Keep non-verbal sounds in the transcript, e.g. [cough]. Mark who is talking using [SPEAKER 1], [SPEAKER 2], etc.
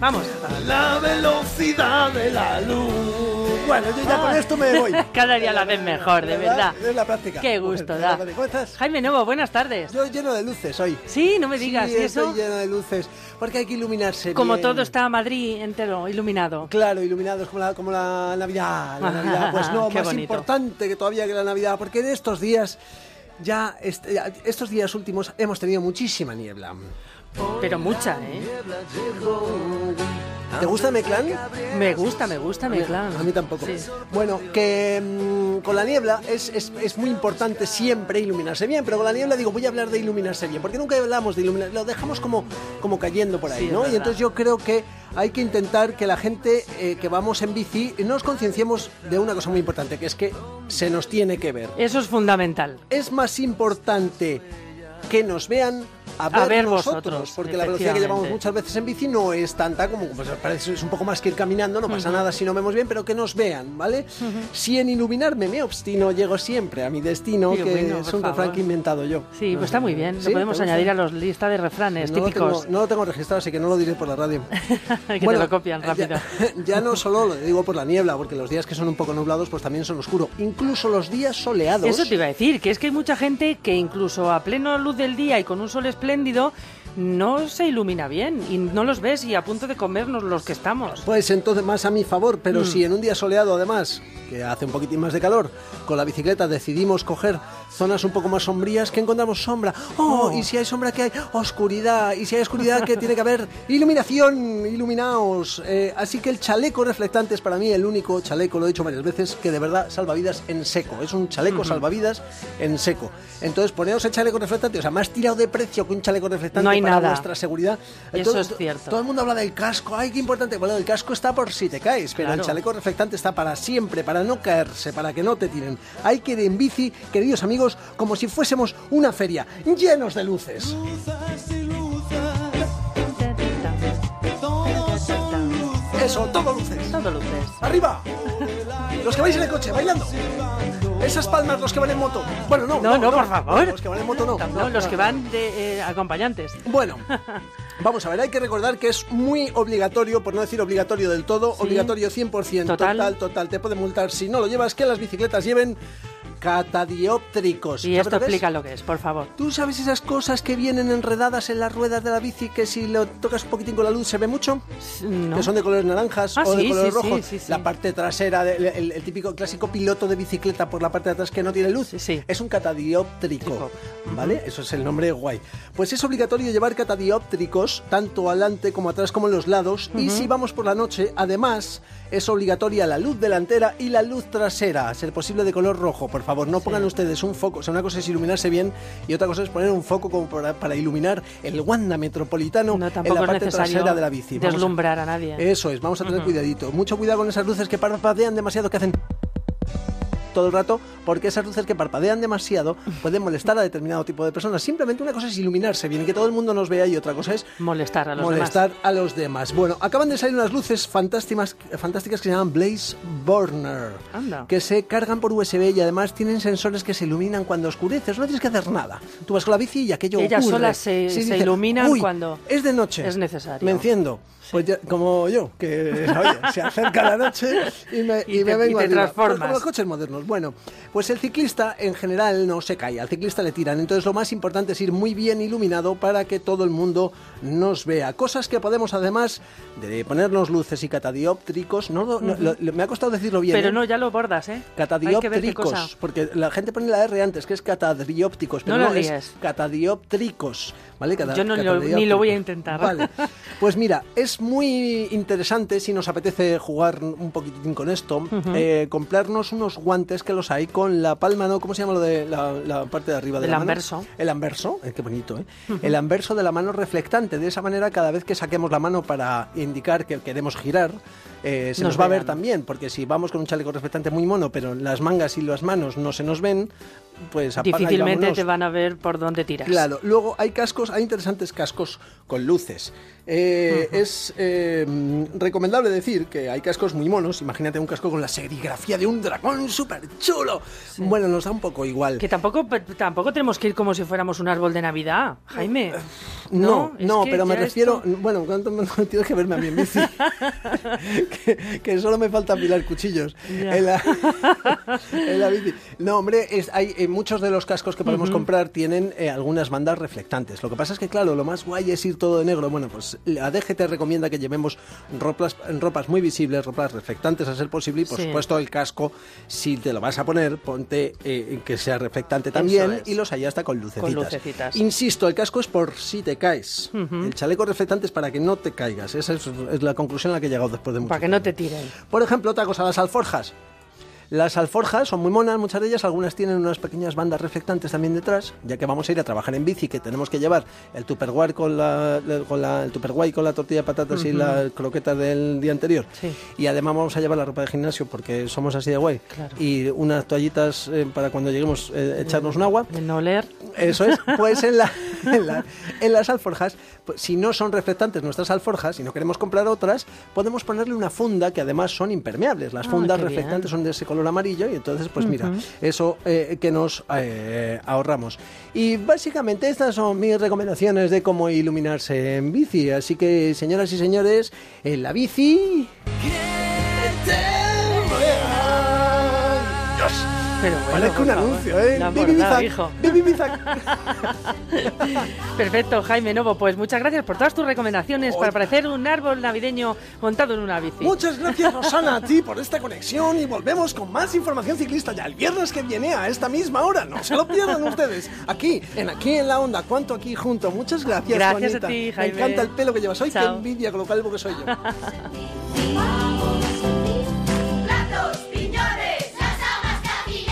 [SPEAKER 1] Vamos.
[SPEAKER 2] A la velocidad de la luz.
[SPEAKER 3] Bueno, yo ya con esto me
[SPEAKER 1] [laughs]
[SPEAKER 3] voy.
[SPEAKER 1] Cada día la ves mejor, de verdad.
[SPEAKER 3] Es la práctica.
[SPEAKER 1] Qué gusto
[SPEAKER 3] Mujer,
[SPEAKER 1] da.
[SPEAKER 3] fíjate, ¿Cómo estás?
[SPEAKER 1] Jaime Nuevo, buenas tardes.
[SPEAKER 3] Yo lleno de luces hoy.
[SPEAKER 1] Sí, no me digas,
[SPEAKER 3] Sí,
[SPEAKER 1] ¿y
[SPEAKER 3] estoy
[SPEAKER 1] eso?
[SPEAKER 3] lleno de luces. Porque hay que iluminarse.
[SPEAKER 1] Como
[SPEAKER 3] bien.
[SPEAKER 1] todo está Madrid entero iluminado.
[SPEAKER 3] Claro, iluminados como la, como la Navidad. La
[SPEAKER 1] Ajá,
[SPEAKER 3] Navidad, pues no,
[SPEAKER 1] qué
[SPEAKER 3] más
[SPEAKER 1] bonito.
[SPEAKER 3] importante que todavía que la Navidad, porque en estos días, ya, est- ya estos días últimos, hemos tenido muchísima niebla.
[SPEAKER 1] Pero mucha, ¿eh?
[SPEAKER 3] ¿Te gusta Meclán?
[SPEAKER 1] Me gusta, me gusta, me claro.
[SPEAKER 3] A mí tampoco.
[SPEAKER 1] Sí.
[SPEAKER 3] Bueno, que mm, con la niebla es, es- es muy importante siempre iluminarse bien, pero con la niebla digo, voy a hablar de iluminarse bien, porque nunca hablamos de iluminar, lo dejamos como, como cayendo por ahí,
[SPEAKER 1] Sí, es
[SPEAKER 3] ¿no? Y
[SPEAKER 1] verdad.
[SPEAKER 3] entonces yo creo que hay que intentar que la gente eh, que vamos en bici nos concienciemos de una cosa muy importante, que es que se nos tiene que ver.
[SPEAKER 1] Eso es fundamental.
[SPEAKER 3] Es más importante que nos vean a ver,
[SPEAKER 1] A ver
[SPEAKER 3] nosotros,
[SPEAKER 1] vosotros,
[SPEAKER 3] porque la velocidad que
[SPEAKER 1] efectivamente.
[SPEAKER 3] llevamos muchas veces en bici no es tanta como pues, parece es un poco más que ir caminando, no pasa nada si no vemos bien, pero que nos vean, ¿vale? Si en iluminarme me obstino, llego siempre a mi destino,
[SPEAKER 1] Qué
[SPEAKER 3] que
[SPEAKER 1] bueno,
[SPEAKER 3] es
[SPEAKER 1] por
[SPEAKER 3] un refrán
[SPEAKER 1] favor.
[SPEAKER 3] que he inventado yo.
[SPEAKER 1] Sí,
[SPEAKER 3] No
[SPEAKER 1] pues
[SPEAKER 3] sé.
[SPEAKER 1] está muy bien.
[SPEAKER 3] ¿Sí?
[SPEAKER 1] Lo podemos
[SPEAKER 3] ¿Te gusta?
[SPEAKER 1] añadir a los listas de refranes
[SPEAKER 3] No lo
[SPEAKER 1] típicos.
[SPEAKER 3] tengo- no lo tengo registrado, así que no lo diré por la radio.
[SPEAKER 1] [laughs] que te lo copian rápido.
[SPEAKER 3] [laughs] Ya, ya no solo lo digo por la niebla, porque los días que son un poco nublados, pues también son oscuros. Incluso los días soleados.
[SPEAKER 1] Eso te iba a decir, que es que hay mucha gente que incluso a pleno luz del día y con un sol espléndido no se ilumina bien y no los ves y a punto de comernos los que estamos.
[SPEAKER 3] Pues entonces más a mi favor, pero
[SPEAKER 1] Mm.
[SPEAKER 3] si en un día soleado además, que hace un poquitín más de calor, con la bicicleta decidimos coger zonas un poco más sombrías, que encontramos sombra. Oh, y si hay sombra, que hay? Oscuridad. Y si hay oscuridad, que tiene que haber? Iluminación, iluminaos. Eh, así que el chaleco reflectante es para mí el único chaleco, lo he dicho varias veces, que de verdad salva vidas en seco. Es un chaleco salvavidas en seco. Entonces poneos el chaleco reflectante, o sea, más tirado de precio que un chaleco reflectante
[SPEAKER 1] No hay
[SPEAKER 3] para
[SPEAKER 1] nada.
[SPEAKER 3] vuestra seguridad.
[SPEAKER 1] Eso
[SPEAKER 3] Todo-
[SPEAKER 1] es cierto.
[SPEAKER 3] todo el mundo habla del casco, ay, qué importante. Bueno, el casco está por si te caes, pero
[SPEAKER 1] Claro.
[SPEAKER 3] el chaleco reflectante está para siempre, para no caerse, para que no te tiren. Hay que ir en bici, queridos amigos, como si fuésemos una feria, llenos de luces. Eso, todo luces.
[SPEAKER 1] Todo luces.
[SPEAKER 3] ¡Arriba! Los que vais en el coche, bailando. Esas palmas, los que van en moto. Bueno, no,
[SPEAKER 1] No, no, por favor.
[SPEAKER 3] Los que van en moto, no.
[SPEAKER 1] No, los que van de eh, acompañantes.
[SPEAKER 3] Bueno, vamos a ver, hay que recordar que es muy obligatorio, por no decir obligatorio del todo,
[SPEAKER 1] Sí.
[SPEAKER 3] obligatorio 100%,
[SPEAKER 1] Total.
[SPEAKER 3] total. total, te pueden multar si no lo llevas, que las bicicletas lleven catadióptricos.
[SPEAKER 1] Y
[SPEAKER 3] ¿Sabes
[SPEAKER 1] esto
[SPEAKER 3] que es?
[SPEAKER 1] explica lo que es, por favor.
[SPEAKER 3] ¿Tú sabes esas cosas que vienen enredadas en las ruedas de la bici que si lo tocas un poquitín con la luz se ve mucho?
[SPEAKER 1] No.
[SPEAKER 3] Que son de colores naranjas
[SPEAKER 1] Ah,
[SPEAKER 3] o de
[SPEAKER 1] sí,
[SPEAKER 3] colores
[SPEAKER 1] sí, sí,
[SPEAKER 3] rojos.
[SPEAKER 1] sí, sí.
[SPEAKER 3] La parte trasera, del- el, el típico clásico piloto de bicicleta por la parte de atrás que no tiene luz.
[SPEAKER 1] Sí, sí.
[SPEAKER 3] Es un catadióptrico. ¿Vale? Eso es el nombre guay. Pues es obligatorio llevar catadióptricos tanto adelante como atrás como en los lados. Y si vamos por la noche, además, es obligatoria la luz delantera y la luz trasera, a ser posible de color rojo. Por favor, no pongan ustedes un foco. O sea, una cosa es iluminarse bien y otra cosa es poner un foco como para, para iluminar el Wanda Metropolitano
[SPEAKER 1] No,
[SPEAKER 3] en la
[SPEAKER 1] tampoco es
[SPEAKER 3] parte
[SPEAKER 1] necesario
[SPEAKER 3] trasera de la bici. Vamos a- Eh,
[SPEAKER 1] deslumbrar a nadie.
[SPEAKER 3] eso es, vamos a tener cuidadito. Mucho cuidado con esas luces que parpadean demasiado, que hacen todo el rato, porque esas luces que parpadean demasiado pueden molestar a determinado tipo de personas. Simplemente una cosa es iluminarse bien, que todo el mundo nos vea, y otra cosa es
[SPEAKER 1] Molestar a los
[SPEAKER 3] molestar a los demás. Bueno, acaban de salir unas luces fantásticas, fantásticas que se llaman Blaze Burner,
[SPEAKER 1] Anda.
[SPEAKER 3] que se cargan por USB y además tienen sensores que se iluminan cuando oscureces. No tienes que hacer nada. Tú vas con la bici y aquello
[SPEAKER 1] Ellas
[SPEAKER 3] ocurre.
[SPEAKER 1] solas se- se iluminan
[SPEAKER 3] "Uy,
[SPEAKER 1] cuando
[SPEAKER 3] es de noche.
[SPEAKER 1] es necesario".
[SPEAKER 3] Me enciendo. Pues ya- como yo, que [laughs] oye, se acerca la noche y me,
[SPEAKER 1] Y
[SPEAKER 3] y me vengo
[SPEAKER 1] te- y te
[SPEAKER 3] arriba. Pues
[SPEAKER 1] transformas.
[SPEAKER 3] Como los coches modernos. Bueno, pues el ciclista en general no se cae, al ciclista le tiran. Entonces lo más importante es ir muy bien iluminado para que todo el mundo nos vea. Cosas que podemos además de ponernos luces y catadióptricos, no, lo- no- lo- lo- me ha costado decirlo bien.
[SPEAKER 1] Pero
[SPEAKER 3] ¿eh?
[SPEAKER 1] no, ya lo bordas, ¿eh? Hay que ver qué cosa.
[SPEAKER 3] Catadióptricos, porque la gente pone la R antes, que es catadiópticos, pero
[SPEAKER 1] No
[SPEAKER 3] no,
[SPEAKER 1] lo
[SPEAKER 3] es
[SPEAKER 1] digas.
[SPEAKER 3] catadióptricos, ¿vale? Cata-
[SPEAKER 1] Yo no lo- ni lo voy a intentar.
[SPEAKER 3] Vale. Pues mira, es muy interesante si nos apetece jugar un poquitín con esto, eh, comprarnos unos guantes que los hay con la palma, ¿no? ¿Cómo se llama lo de la, la parte de arriba de
[SPEAKER 1] El
[SPEAKER 3] la
[SPEAKER 1] anverso.
[SPEAKER 3] mano? El anverso, eh, qué bonito, ¿eh? El anverso de la mano reflectante. De esa manera, cada vez que saquemos la mano para indicar que queremos girar, eh, se
[SPEAKER 1] Nos
[SPEAKER 3] nos, va a ver
[SPEAKER 1] verán.
[SPEAKER 3] también, porque si vamos con un chaleco reflectante muy mono, pero las mangas y las manos no se nos ven, pues apaga y
[SPEAKER 1] Difícilmente
[SPEAKER 3] vámonos.
[SPEAKER 1] te van a ver por dónde tiras.
[SPEAKER 3] Claro, luego hay cascos, hay interesantes cascos con luces. Eh, Es eh, mm, recomendable decir que hay cascos muy monos. Imagínate un casco con la serigrafía de un dragón súper chulo. Bueno, nos da un poco igual.
[SPEAKER 1] Que tampoco, pe- tampoco tenemos que ir como si fuéramos un árbol de Navidad, Jaime.
[SPEAKER 3] Eh, No, no,
[SPEAKER 1] Es que
[SPEAKER 3] pero me
[SPEAKER 1] ya
[SPEAKER 3] refiero.
[SPEAKER 1] esto-
[SPEAKER 3] Bueno, ¿cuánto me- [laughs] no tienes que verme a mí en
[SPEAKER 1] [laughs]
[SPEAKER 3] bici? que, que solo me falta apilar cuchillos
[SPEAKER 1] Ya.
[SPEAKER 3] en
[SPEAKER 1] [laughs]
[SPEAKER 3] la, en la bici. No, hombre, es- hay eh, muchos de los cascos que podemos comprar tienen eh, algunas bandas reflectantes. Lo que pasa es que, claro, lo más guay es ir todo de negro. Bueno, pues la DGT recomienda que llevemos ropas, ropas muy visibles, ropas reflectantes a ser posible y, por
[SPEAKER 1] Sí.
[SPEAKER 3] supuesto, el casco, si te lo vas a poner, ponte eh, que sea reflectante también
[SPEAKER 1] es.
[SPEAKER 3] y los hay hasta con lucecitas.
[SPEAKER 1] lucecitas.
[SPEAKER 3] Insisto, el casco es por si te caes. El chaleco reflectante es para que no te caigas. Esa es, es la conclusión a la que he llegado después de mucho
[SPEAKER 1] Para que
[SPEAKER 3] tiempo.
[SPEAKER 1] no te tiren.
[SPEAKER 3] Por ejemplo, otra cosa, las alforjas. Las alforjas son muy monas, muchas de ellas, algunas tienen unas pequeñas bandas reflectantes también detrás, ya que vamos a ir a trabajar en bici, que tenemos que llevar el tupperware con la, con la, el tupperware con la tortilla de patatas y la croqueta del día anterior.
[SPEAKER 1] Sí.
[SPEAKER 3] Y además vamos a llevar la ropa de gimnasio porque somos así de guay.
[SPEAKER 1] Claro.
[SPEAKER 3] Y unas toallitas eh, para cuando lleguemos eh, echarnos un agua.
[SPEAKER 1] De no leer.
[SPEAKER 3] Eso es, pues en, la- en, la- en las alforjas, pues, si no son reflectantes nuestras alforjas y no queremos comprar otras, podemos ponerle una funda que además son impermeables. Las
[SPEAKER 1] Ah,
[SPEAKER 3] fundas
[SPEAKER 1] qué
[SPEAKER 3] reflectantes son de ese color amarillo y entonces, pues mira, eso eh, que nos eh, ahorramos. Y básicamente estas son mis recomendaciones de cómo iluminarse en bici. Así que, señoras y señores, en la bici...
[SPEAKER 1] Pero bueno,
[SPEAKER 3] Parece
[SPEAKER 1] por
[SPEAKER 3] un
[SPEAKER 1] favor.
[SPEAKER 3] anuncio, ¿eh?
[SPEAKER 1] La
[SPEAKER 3] Bibi
[SPEAKER 1] bordada,
[SPEAKER 3] Bizac,
[SPEAKER 1] hijo.
[SPEAKER 3] Bibi Bizac.
[SPEAKER 1] Perfecto, Jaime Novo. Pues muchas gracias por todas tus recomendaciones para parecer un árbol navideño montado en una bici.
[SPEAKER 3] Muchas gracias, Rosana, a ti por
[SPEAKER 2] esta conexión y volvemos con más información ciclista ya el viernes que viene a esta misma hora. No se lo pierdan ustedes.
[SPEAKER 3] Aquí, en aquí en la onda, cuánto aquí junto. Muchas gracias,
[SPEAKER 1] Gracias a
[SPEAKER 3] Juanita.
[SPEAKER 1] ti, Jaime.
[SPEAKER 3] Me encanta el pelo que llevas hoy,
[SPEAKER 1] Chao.
[SPEAKER 3] qué envidia con lo calvo que soy yo.
[SPEAKER 4] Thank you.